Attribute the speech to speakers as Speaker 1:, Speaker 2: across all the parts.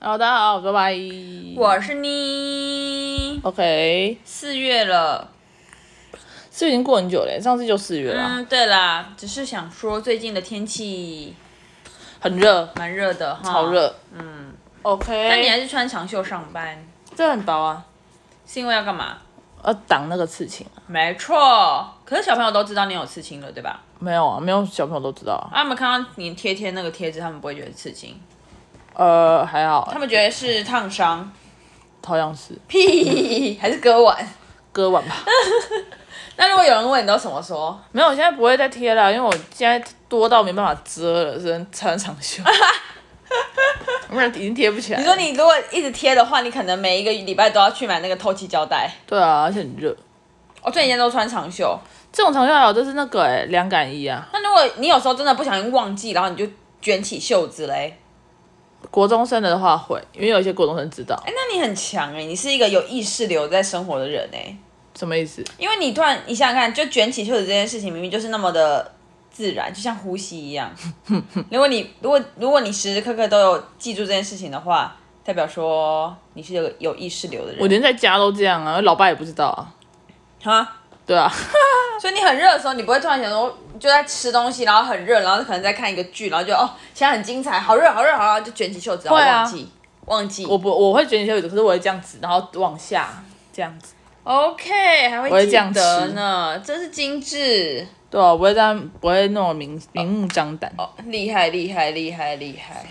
Speaker 1: Hello，大家好，我是白。
Speaker 2: 我是你，
Speaker 1: OK，
Speaker 2: 四月了，
Speaker 1: 四月已经过很久了，啊上次就四月啦，
Speaker 2: 嗯，对啦，只是想说最近的天气
Speaker 1: 很热，
Speaker 2: 蛮热的哈，
Speaker 1: 好热。
Speaker 2: 嗯，但你
Speaker 1: OK，
Speaker 2: 还是穿长袖上班，
Speaker 1: 这很薄啊，
Speaker 2: 是因为要干嘛？
Speaker 1: 要挡那个刺青啊。
Speaker 2: 没错，可是小朋友都知道你有刺青了，对吧？
Speaker 1: 没有啊，没有小朋友都知道啊。
Speaker 2: 啊，他们看到你贴贴那个贴纸，他们不会觉得刺青，
Speaker 1: 呃，还好
Speaker 2: 他，们觉得是烫伤，
Speaker 1: 好像是
Speaker 2: 屁，还是割腕。
Speaker 1: 割腕吧。
Speaker 2: 那如果有人问你都怎么说？
Speaker 1: 没有，我现在不会再贴了，因为我现在多到没办法遮了，只能穿长 袖。不然已经贴不起来了。
Speaker 2: 你说你如果一直贴的话，你可能每一个礼拜都要去买那个透气胶带。
Speaker 1: 对啊，而且很热。
Speaker 2: 哦，最近都穿长袖。
Speaker 1: 这种长袖还好，就是那个哎、凉感衣啊。
Speaker 2: 那如果你有时候真的不小心忘记，然后你就卷起袖子嘞，
Speaker 1: 国中生的话会，因为有一些国中生知道
Speaker 2: 哎、那你很强哎、你是一个有意识留在生活的人哎、
Speaker 1: 什么意思。
Speaker 2: 因为你突然你想想看，就卷起袖子这件事情，明明就是那么的自然，就像呼吸一 样。如果你如果如果你时时刻刻都有记住这件事情的话，代表说你是有有意识流的
Speaker 1: 我
Speaker 2: 人
Speaker 1: 连在家都这样啊，老爸也不知道啊。
Speaker 2: 哈。
Speaker 1: 对啊，
Speaker 2: 所以你很热的时候，你不会突然想说，就在吃东西，然后很热，然后可能在看一个剧，然后就哦，现在很精彩，好热好热好热，就卷起袖子，然后
Speaker 1: 会啊
Speaker 2: 忘记、忘记。
Speaker 1: 我不我会卷起袖子，可是我会这样子，然后往下这样子。
Speaker 2: OK，还
Speaker 1: 会
Speaker 2: 会记
Speaker 1: 这样
Speaker 2: 得
Speaker 1: 吃
Speaker 2: 呢，真是精致，
Speaker 1: 对啊，我不会这样，不会那么明明目张胆。
Speaker 2: 厉害厉害厉害厉害！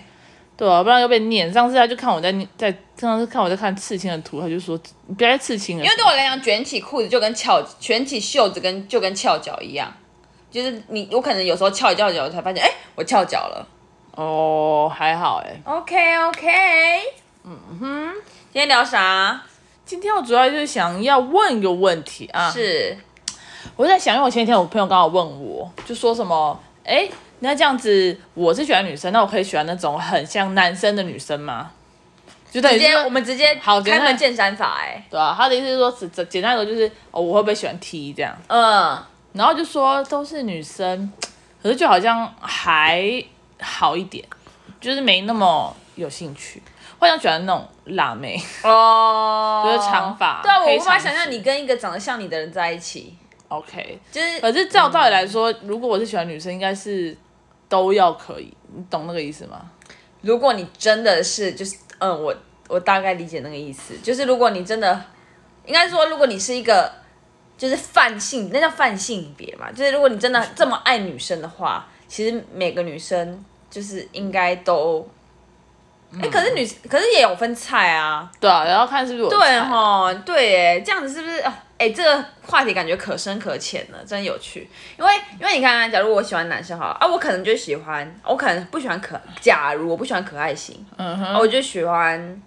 Speaker 1: 对啊，不然又被念。上次他就看我在念在，上次看我在看刺青的图，他就说你不要再刺青了
Speaker 2: 因。为对我来讲，卷起裤子就跟翘，卷起袖子跟就跟翘脚一样，就是你我可能有时候翘一翘脚，我才发现哎、我翘脚了。
Speaker 1: 哦，还好哎、
Speaker 2: OK OK，嗯哼，今天聊啥？
Speaker 1: 今天我主要就是想要问一个问题啊，
Speaker 2: 是
Speaker 1: 我在想，因为我前几天我朋友刚好问我，就说什么，哎，那这样子我是喜欢女生，那我可以喜欢那种很像男生的女生吗？就等于
Speaker 2: 直接
Speaker 1: 是
Speaker 2: 我们直接
Speaker 1: 好
Speaker 2: 开
Speaker 1: 简单
Speaker 2: 门见山法哎、
Speaker 1: 对啊，他的意思是说，只只简单的就是，哦，我会不会喜欢 T 这样？
Speaker 2: 嗯，
Speaker 1: 然后就说都是女生，可是就好像还好一点，就是没那么有兴趣。我想喜欢那种辣妹，
Speaker 2: 哦，
Speaker 1: 就是长发
Speaker 2: 对啊，我
Speaker 1: 黑
Speaker 2: 无法
Speaker 1: 长
Speaker 2: 想象
Speaker 1: 直
Speaker 2: 你跟一个长得像你的人在一起，
Speaker 1: OK。
Speaker 2: 就是
Speaker 1: 可是照道理来说，如果我是喜欢女生，应该是都要可以，你懂那个意思吗？
Speaker 2: 如果你真的是就是嗯，我我大概理解那个意思，就是如果你真的，应该说如果你是一个就是泛性，那叫泛性别嘛，就是如果你真的这么爱女生的话，其实每个女生就是应该都。哎、可是女，可是也有分菜啊，
Speaker 1: 对啊，然后看是不是我的
Speaker 2: 对啊
Speaker 1: 菜
Speaker 2: 哈，对耶，这样子是不是？哎、诶这个话题感觉可深可浅呢，真有趣。因为因为你看啊，假如我喜欢男生好了啊，我可能就喜欢，我可能不喜欢可，假如我不喜欢可爱型，
Speaker 1: 嗯
Speaker 2: 啊
Speaker 1: 哼，
Speaker 2: 我就喜欢，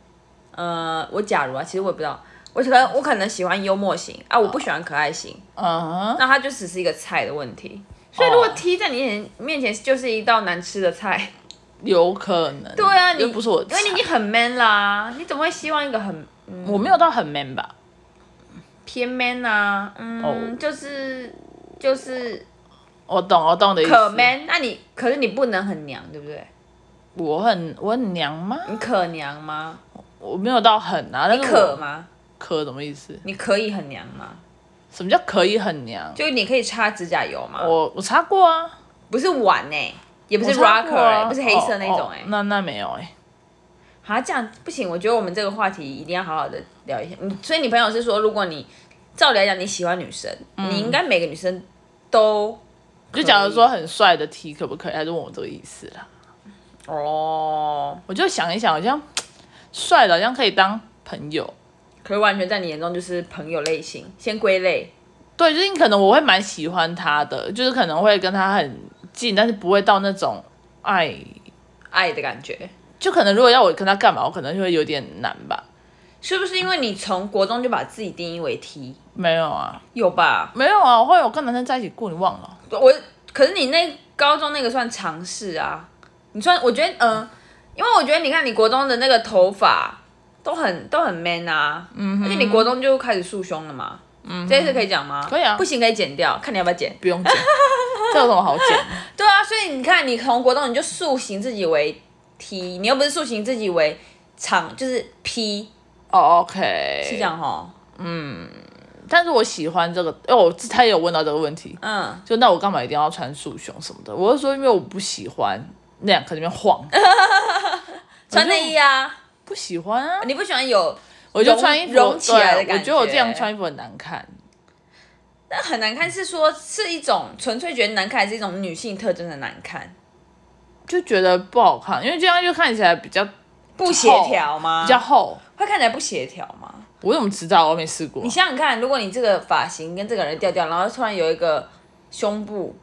Speaker 2: 呃，我假如啊，其实我也不知道，我可能我可能喜欢幽默型啊，我不喜欢可爱型，
Speaker 1: 嗯哼，
Speaker 2: 那它就只是一个菜的问题。所以如果 T 在你眼面前就是一道难吃的菜，
Speaker 1: 有可能。
Speaker 2: 对啊，你
Speaker 1: 又不是我的
Speaker 2: 因为
Speaker 1: 菜，
Speaker 2: 你已经很 man 啦，你怎么会希望一个很嗯
Speaker 1: 我没有到很 man 吧？
Speaker 2: 偏 man 啊？嗯，
Speaker 1: 哦
Speaker 2: 就是就是
Speaker 1: 我懂，我懂你的意思。
Speaker 2: 可 man，那你可是你不能很娘，对不对？
Speaker 1: 我很我很娘吗？
Speaker 2: 你可娘吗？
Speaker 1: 我没有到很啊，但是
Speaker 2: 可
Speaker 1: 我
Speaker 2: 吗？
Speaker 1: 可什么意思？
Speaker 2: 你可以很娘吗？
Speaker 1: 什么叫可以很娘？
Speaker 2: 就你可以擦指甲油吗？
Speaker 1: 我我擦过啊，
Speaker 2: 不是碗哎、也不是
Speaker 1: 我擦过
Speaker 2: rocker 哎、
Speaker 1: 啊
Speaker 2: 不是黑色那
Speaker 1: 哦
Speaker 2: 种
Speaker 1: 哦
Speaker 2: 哎、
Speaker 1: 那那没有哎、
Speaker 2: 好、这样不行，我觉得我们这个话题一定要好好的聊一下。你所以你朋友是说，如果你照理来讲你喜欢女生，
Speaker 1: 嗯
Speaker 2: 你应该每个女生都
Speaker 1: 就假如说很帅的 T 可不可以？还是问我这个意思啦？
Speaker 2: 哦，
Speaker 1: 我就想一想，好像嗯帅的好像可以当朋友。
Speaker 2: 可是完全在你眼中就是朋友类型，先归类。
Speaker 1: 对，就是你可能我会蛮喜欢他的，就是可能会跟他很近，但是不会到那种爱。
Speaker 2: 爱的感觉，
Speaker 1: 就可能如果要我跟他干嘛，我可能就会有点难吧。
Speaker 2: 是不是因为你从国中就把自己定义为 T？
Speaker 1: 没有啊，
Speaker 2: 有吧？
Speaker 1: 没有啊，我会有跟男生在一起过，你忘了？
Speaker 2: 我可是你那高中那个算尝试啊，你算我觉得嗯、呃因为我觉得你看你国中的那个头发都很都很 man 啊，嗯，而且你国中就开始束胸了嘛，嗯，这件事可以讲吗？
Speaker 1: 可以啊
Speaker 2: 不行可以剪掉，看你要不要剪。
Speaker 1: 不用讲， 这有什么好 讲的？
Speaker 2: 对啊，所以你看你从国中你就塑形自己为 T，你又不是塑形自己为长就是 P
Speaker 1: 哦，OK，
Speaker 2: 是这。样哈，
Speaker 1: 但是我喜欢这个，因为我他也有问到这个问题，
Speaker 2: 嗯，
Speaker 1: 就那我干嘛一定要穿束胸什么的？我就说，因为我不喜欢那样，可能里面晃，
Speaker 2: 穿内衣啊，
Speaker 1: 不喜欢啊。
Speaker 2: 你不喜欢有，
Speaker 1: 我就穿衣服
Speaker 2: 融起来的
Speaker 1: 对
Speaker 2: 感
Speaker 1: 我觉得我这样
Speaker 2: 觉
Speaker 1: 穿衣服很难看。
Speaker 2: 但很难看是说是一种纯粹觉得难看，还是一种女性特征的难看，
Speaker 1: 就觉得不好看，因为这样就看起来比较比
Speaker 2: 不协调吗？
Speaker 1: 较厚。
Speaker 2: 会看起来不协调吗？
Speaker 1: 我怎么知道？我没试过
Speaker 2: 你。想想看，如果你这个发型跟这个人的调调，然后突然有一个胸部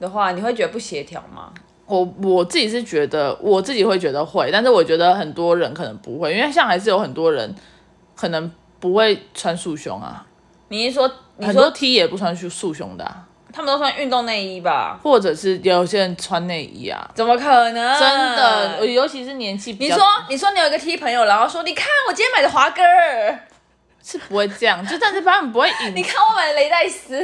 Speaker 2: 的话，你会觉得不协调吗？
Speaker 1: 我我自己是觉得，我自己会觉得会，但是我觉得很多人可能不会，因为像还是有很多人可能不会穿束胸啊，
Speaker 2: 你是说你
Speaker 1: 很多
Speaker 2: 说
Speaker 1: T 也不穿束束胸的、啊，
Speaker 2: 他们都穿运动内衣吧？
Speaker 1: 或者是有些人穿内衣啊，
Speaker 2: 怎么可能？
Speaker 1: 真的，尤其是年纪比
Speaker 2: 嗯你
Speaker 1: 较
Speaker 2: 说，你说你有一个 T 朋友，然后说你看我今天买的华歌 儿，
Speaker 1: 是不会这样，就但是他们不会
Speaker 2: 你
Speaker 1: 引，
Speaker 2: 看我买的雷戴斯。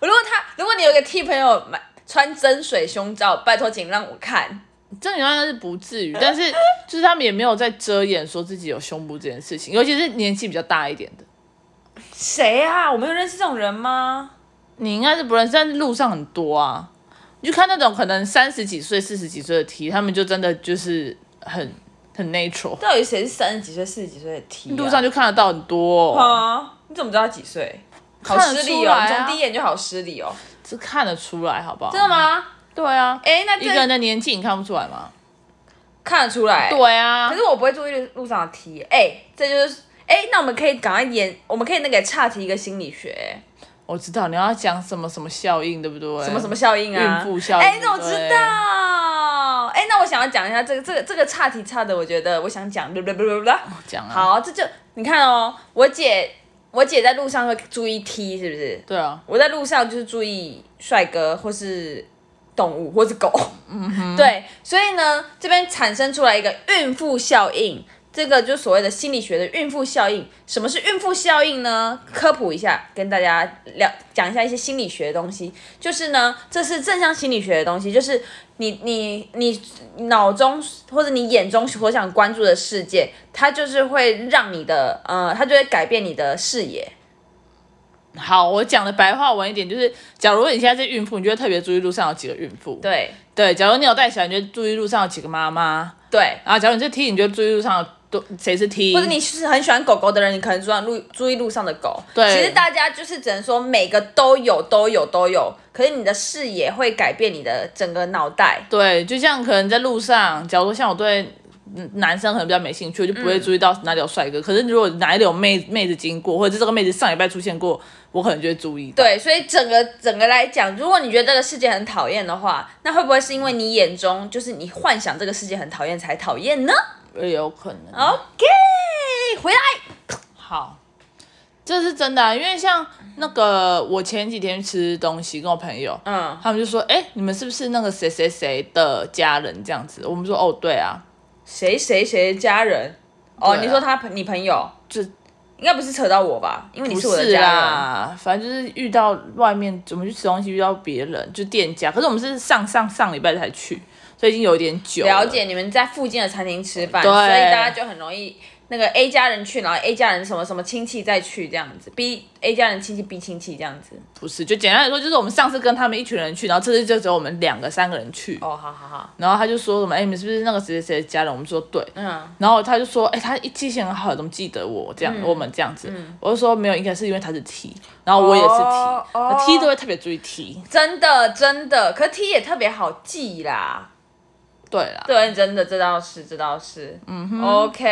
Speaker 2: 我如果他，如果你有一个 T 朋友买穿真水胸罩，拜托请让我看。
Speaker 1: 这女生是不至于，但是就是他们也没有在遮掩说自己有胸部这件事情，尤其是年纪比较大一点的。
Speaker 2: 谁啊？我没有认识这种人吗？
Speaker 1: 你应该是不认识，但是路上很多啊。你就看那种可能三十几岁、四十几岁的 T，他们就真的就是很很 natural，
Speaker 2: 到底谁是三十几岁、四十几岁的 T？、啊、
Speaker 1: 路上就看得到很多、
Speaker 2: 啊？你怎么知道他几岁？好
Speaker 1: 看
Speaker 2: 失
Speaker 1: 得
Speaker 2: 礼
Speaker 1: 出
Speaker 2: 哦，
Speaker 1: 来
Speaker 2: 你
Speaker 1: 啊
Speaker 2: 从第一眼就好失礼哦。
Speaker 1: 这看得出来，好不好？
Speaker 2: 真的吗？
Speaker 1: 对啊，
Speaker 2: 哎、那
Speaker 1: 一个人
Speaker 2: 这
Speaker 1: 的年纪你看不出来吗？
Speaker 2: 看得出来。
Speaker 1: 对啊
Speaker 2: 可，是我不会注意路上的 T，哎、这就是哎、那我们可以赶快演，我们可以那个岔题一个心理学、
Speaker 1: 我知道你要讲什么什么效应，对不对？
Speaker 2: 什么什么效应啊？
Speaker 1: 孕妇效应
Speaker 2: 哎、那我知
Speaker 1: 对
Speaker 2: 道。哎、那我想要讲一下这个这个这个岔题岔的，我觉得我想 讲，对不对？
Speaker 1: 讲啊？，
Speaker 2: 好，这就你看哦，我姐我姐在路上会注意 T，是不是？
Speaker 1: 对啊，
Speaker 2: 我在路上就是注意帅哥或是动物或是狗，嗯对，所以呢，这边产生出来一个孕妇效应，这个就所谓的心理学的孕妇效应。什么是孕妇效应呢？科普一下，跟大家聊讲一下一些心理学的东西。就是呢，这是正向心理学的东西，就是你你你脑中或者你眼中所想关注的世界，它就是会让你的呃，它就会改变你的视野。
Speaker 1: 好，我讲的白话文一点，就是假如你现在是孕妇，你就会特别注意路上有几个孕妇。
Speaker 2: 对
Speaker 1: 对，假如你有带小孩，你就注意路上有几个妈妈。
Speaker 2: 对，
Speaker 1: 然后假如你是 T，你就注意路上有多谁是 T，
Speaker 2: 或者你是很喜欢狗狗的人，你可能注意路注意路上的狗。
Speaker 1: 对
Speaker 2: 其实大家就是只能说每个都有都有都有，可是你的视野会改变你的整个脑袋。
Speaker 1: 对，就像可能在路上，假如说像我对嗯男生可能比较没兴趣，我就不会
Speaker 2: 嗯
Speaker 1: 注意到哪里有帅哥。可是如果哪里有妹妹子经过，或者是这个妹子上礼拜出现过，我可能就会注意到。
Speaker 2: 对，所以整个整个来讲，如果你觉得这个世界很讨厌的话，那会不会是因为你眼中就是你幻想这个世界很讨厌才讨厌呢
Speaker 1: 对，也有可能。
Speaker 2: ？OK，回来，
Speaker 1: 好，这是真的啊、因为像那个我前几天吃东西，跟我朋友，
Speaker 2: 嗯，
Speaker 1: 他们就说：“哎、你们是不是那个谁谁谁的家人这样子？”我们说：“哦，对啊。
Speaker 2: 谁谁谁的家人？哦，
Speaker 1: 对啊
Speaker 2: 你说他朋你朋友，
Speaker 1: 就
Speaker 2: 应该不是扯到我吧？因为”你
Speaker 1: 不
Speaker 2: 是我的
Speaker 1: 是
Speaker 2: 家人。
Speaker 1: 啦，反正就是遇到外面，我们去吃东西遇到别人，就店家。可是我们是上上上礼拜才去，所以已经有一点久
Speaker 2: 了
Speaker 1: 了
Speaker 2: 解你们在附近的餐厅吃饭，
Speaker 1: 对
Speaker 2: 所以大家就很容易那个 A 家人去，然后 A 家人什么什么亲戚再去这样子，B A 家人亲戚 B 亲戚这样子。
Speaker 1: 不是，就简单来说，就是我们上次跟他们一群人去，然后这次就只有我们两个三个人去。
Speaker 2: 哦，好好好，
Speaker 1: 然后他就说什么：“哎、你们是不是那个谁谁谁的家人？”我们说：“对。”
Speaker 2: 嗯，
Speaker 1: 然后他就说：“哎、他记性很好，怎么记得我这样？我们这样子。我就说：“没有，应该是因为他是 T，然后我也是 T，、
Speaker 2: 嗯哦哦
Speaker 1: T 都会特别注意 T。
Speaker 2: 真的真的，可 T 也特别好记啦。
Speaker 1: 对啦，
Speaker 2: 对，真的这倒是这倒是，嗯哼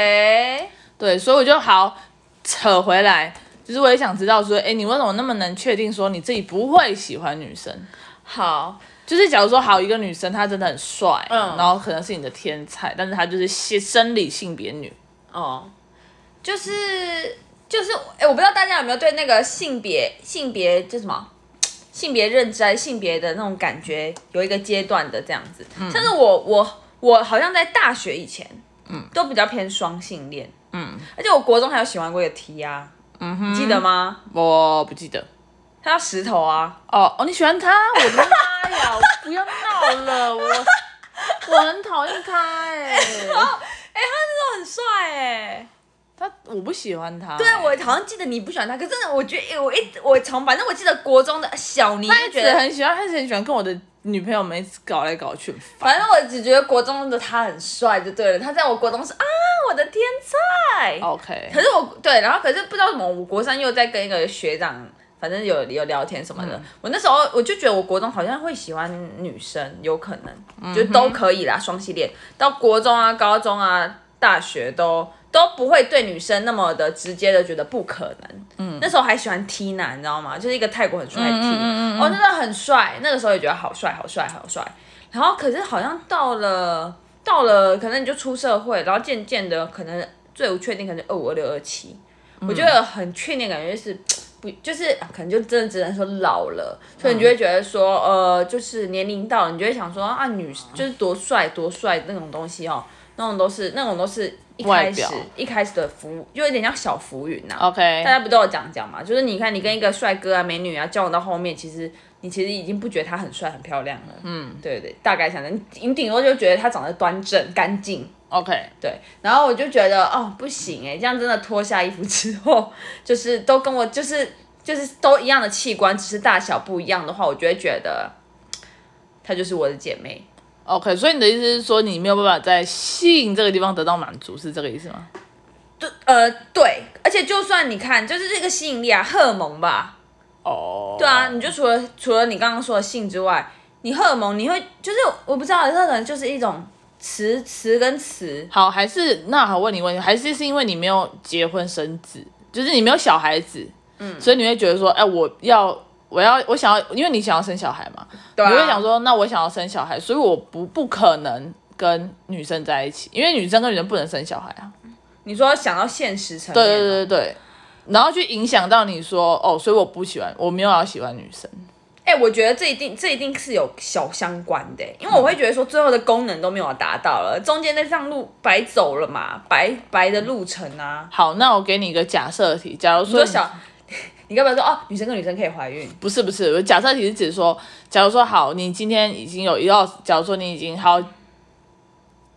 Speaker 2: ，OK，
Speaker 1: 对，所以我就好扯回来，就是我也想知道说，哎、你为什么那么能确定说你自己不会喜欢女生？
Speaker 2: 好，
Speaker 1: 就是假如说好一个女生，她真的很帅，
Speaker 2: 嗯
Speaker 1: 然后可能是你的天才，但是她就是性生理性别女，
Speaker 2: 哦，就是就是，哎，我不知道大家有没有对那个性别性别叫什么？性别认知、啊性别的那种感觉，有一个阶段的这样子。像是我，我，我好像在大学以前，嗯，都比较偏双性恋，嗯，而且我国中还有喜欢过一个 T 啊，嗯哼，记得吗？
Speaker 1: 我不记得。
Speaker 2: 他叫石头啊，
Speaker 1: 哦哦，你喜欢 她？我的妈呀！我不要闹 了，我我很讨厌她哎、
Speaker 2: 很帅哎、
Speaker 1: 他我不喜欢他。 欸
Speaker 2: 对，啊我好像记得你不喜欢他，可是我觉得哎我一我从反正我记得国中的小尼
Speaker 1: 他
Speaker 2: 就
Speaker 1: 一
Speaker 2: 觉
Speaker 1: 直
Speaker 2: 得，
Speaker 1: 很喜欢，他一直很喜欢跟我的女朋友们一直搞来搞去，很烦
Speaker 2: 反正我只觉得国中的他很帅就对了，他在我国中是啊我的天才。
Speaker 1: OK，
Speaker 2: 可是我对，然后可是不知道为什么，我国三又在跟一个学长，反正有有聊天什么的。我那时候我就觉得我国中好像会喜欢女生，有可能就都可以啦，双性恋。到国中啊、高中啊、大学都都不会对女生那么的直接的觉得不可能。嗯，那时候还喜欢 Tina，你知道吗？就是一个泰国很帅的 T，、哦，真的很帅。那个时候也觉得好帅，好帅，好帅。然后可是好像到了到了，可能你就出社会，然后渐渐的可能最不确定，可能二五二六二七，
Speaker 1: 嗯
Speaker 2: 我觉得很确定，感觉是不就是啊可能就真的只能说老了，
Speaker 1: 嗯
Speaker 2: 所以你就会觉得说、呃，就是年龄到了，你就会想说啊，女就是多帅多帅那种东西哦，那种都是那种都是一开始
Speaker 1: 外表
Speaker 2: 一开始的浮，就有点像小浮云啊呐、
Speaker 1: ，OK，
Speaker 2: 大家不都有讲讲嘛？就是你看，你跟一个帅哥啊、美女啊交往到后面，其实你其实已经不觉得他很帅、很漂亮了。嗯，对对，大概想的，你你顶多就觉得他长得端正、干净。
Speaker 1: OK，
Speaker 2: 对，然后我就觉得哦，不行哎，这样真的脱下衣服之后，就是都跟我就是就是都一样的器官，只是大小不一样的话，我就会觉得她就是我的姐妹。
Speaker 1: OK，所以你的意思是说你没有办法在性这个地方得到满足，是这个意思吗？
Speaker 2: 对，呃，对，而且就算你看，就是这个吸引力啊，荷尔蒙吧，
Speaker 1: 哦、
Speaker 2: 对啊，你就除了除了你刚刚说的性之外，你荷尔蒙你会就是我不知道，那可能就是一种词词跟词，
Speaker 1: 好，还是那好，问你问题，还是是因为你没有结婚生子，就是你没有小孩子，嗯，所以你会觉得说，哎、我要。我要，我想要，因为你想要生小孩嘛，
Speaker 2: 对啊
Speaker 1: 你会想说，那我想要生小孩，所以我不不可能跟女生在一起，因为女生跟女生不能生小孩啊。
Speaker 2: 你说想到现实层
Speaker 1: 对
Speaker 2: 面嘛，
Speaker 1: 对对对对，然后去影响到你说，哦，所以我不喜欢，我没有要喜欢女生。
Speaker 2: 哎、我觉得这一定这一定是有小相关的、欸因为我会觉得说最后的功能都没有达到了，中间那趟路白走了嘛，白白的路程啊。
Speaker 1: 好，那我给你一个假设题，假如
Speaker 2: 你
Speaker 1: 说
Speaker 2: 说
Speaker 1: 你
Speaker 2: 小， 你该不要说哦，女生跟女生可以怀孕？
Speaker 1: 不是不是，我假设题是指说，假如说好，你今天已经有一道，假如说你已经好，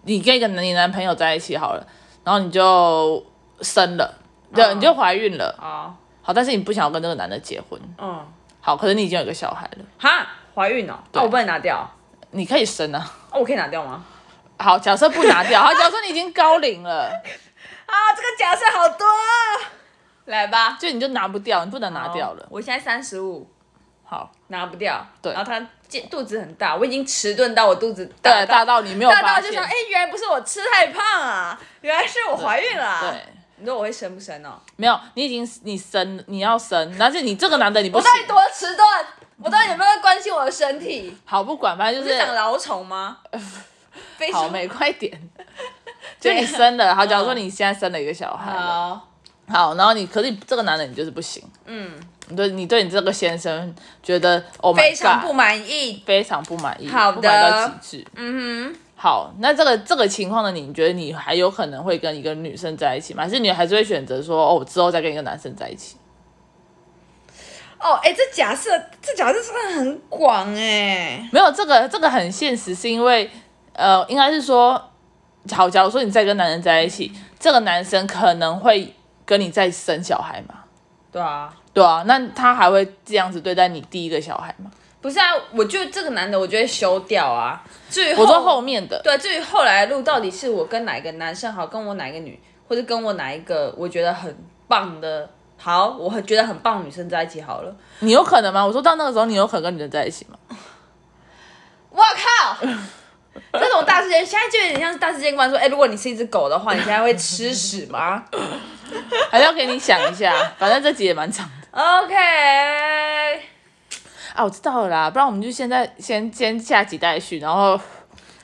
Speaker 1: 你跟一个男你男朋友在一起好了，然后你就生了，对，
Speaker 2: 嗯
Speaker 1: 你就怀孕了，
Speaker 2: 哦，
Speaker 1: 好，但是你不想要跟这个男的结婚，
Speaker 2: 嗯，
Speaker 1: 好，可是你已经有一个小孩了，
Speaker 2: 哈，怀孕哦，那、我不能拿掉，
Speaker 1: 你可以生啊。
Speaker 2: 哦，我可以拿掉吗？
Speaker 1: 好，假设不拿掉，好，假如说你已经高龄了，
Speaker 2: 啊，这个假设好多啊，来吧，
Speaker 1: 就你就拿不掉，你不能拿掉 了。
Speaker 2: 哦我现在三十五，
Speaker 1: 好，
Speaker 2: 拿不掉。
Speaker 1: 对
Speaker 2: 然后他健肚子很大，我已经迟钝到我肚子
Speaker 1: 对，
Speaker 2: 大
Speaker 1: 大到你没有
Speaker 2: 大
Speaker 1: 发
Speaker 2: 到就
Speaker 1: 现
Speaker 2: 想，哎、，原来不是我吃太胖啊，原来是我怀孕了、啊。
Speaker 1: 对，
Speaker 2: 你说我会生不生哦？
Speaker 1: 没有，你已经你生你要生，但是你这个男的你不
Speaker 2: 我
Speaker 1: 行
Speaker 2: 到，底多迟钝？我到底有没有关心我的身体？
Speaker 1: 好不管，反正
Speaker 2: 我
Speaker 1: 就是是
Speaker 2: 长老虫 吗？非
Speaker 1: 好
Speaker 2: 常
Speaker 1: 美，快 点。就你生了，好，假如说你现在生了一个小孩了，
Speaker 2: 嗯好。
Speaker 1: 好，然后你，可是你这个男的你就是不行，嗯，你对你对你这个先生觉得，Oh my God，
Speaker 2: 非常不满意。
Speaker 1: 非常不满意，
Speaker 2: 好的
Speaker 1: 不满到极致，嗯哼。好，那这个这个情况呢，你觉得你还有可能会跟一个女生在一起吗？还是你还是会选择说，哦，我之后再跟一个男生在一起？
Speaker 2: 哦，哎、这假设，这假设真的很广哎、
Speaker 1: 没有，这个这个很现实，是因为呃，应该是说，好，假如说你再跟男人在一起，这个男生可能会跟你再生小孩嘛？
Speaker 2: 对啊，
Speaker 1: 对啊，那他还会这样子对待你第一个小孩吗？
Speaker 2: 不是啊，我就这个男的，我就会休掉啊。至于
Speaker 1: 我说后面的，
Speaker 2: 对，啊至于后来的路到底是我跟哪一个男生好，跟我哪一个女，或者跟我哪一个我觉得很棒的，好，我很觉得很棒的女生在一起好了。
Speaker 1: 你有可能吗？我说到那个时候，你有可能跟女人在一起吗？
Speaker 2: 我靠！ 这种大事件，现在就有点像是大事件观说，哎、如果你是一只狗的话，你现在会吃屎吗
Speaker 1: 还是要给你想一下，反正这集也蛮长的
Speaker 2: ？OK，
Speaker 1: 啊。我知道了啦，不然我们就现在先先下集待续，然后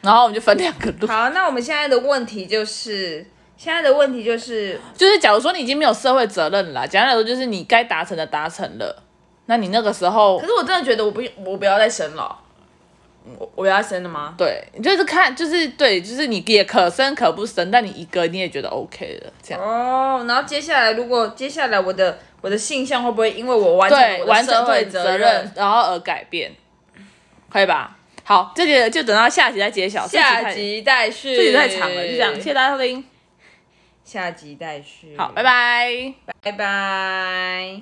Speaker 1: 然后我们就分两个录。
Speaker 2: 好，那我们现在的问题就是，现在的问题就是，
Speaker 1: 就是假如说你已经没有社会责任了啦，简单来说就是你该达成的达成了，那你那个时候
Speaker 2: 可是我真的觉得我不，我不要再生了，我我要生了吗？
Speaker 1: 对，你就是看就是对，就是你也可生可不生，但你一个你也觉得 OK 了，这样。
Speaker 2: 哦，然后接下来如果接下来我的我的性向会不会因为我完成
Speaker 1: 对，
Speaker 2: 我的
Speaker 1: 完
Speaker 2: 社
Speaker 1: 成
Speaker 2: 会
Speaker 1: 对
Speaker 2: 责
Speaker 1: 责任，？然后而改变，可以吧？好，这节就等到下集再揭晓。这
Speaker 2: 下
Speaker 1: 太
Speaker 2: 集待续，
Speaker 1: 这集太长了，就这样。谢谢大家收听。
Speaker 2: 下集待续。
Speaker 1: 好，拜，拜。
Speaker 2: 拜拜。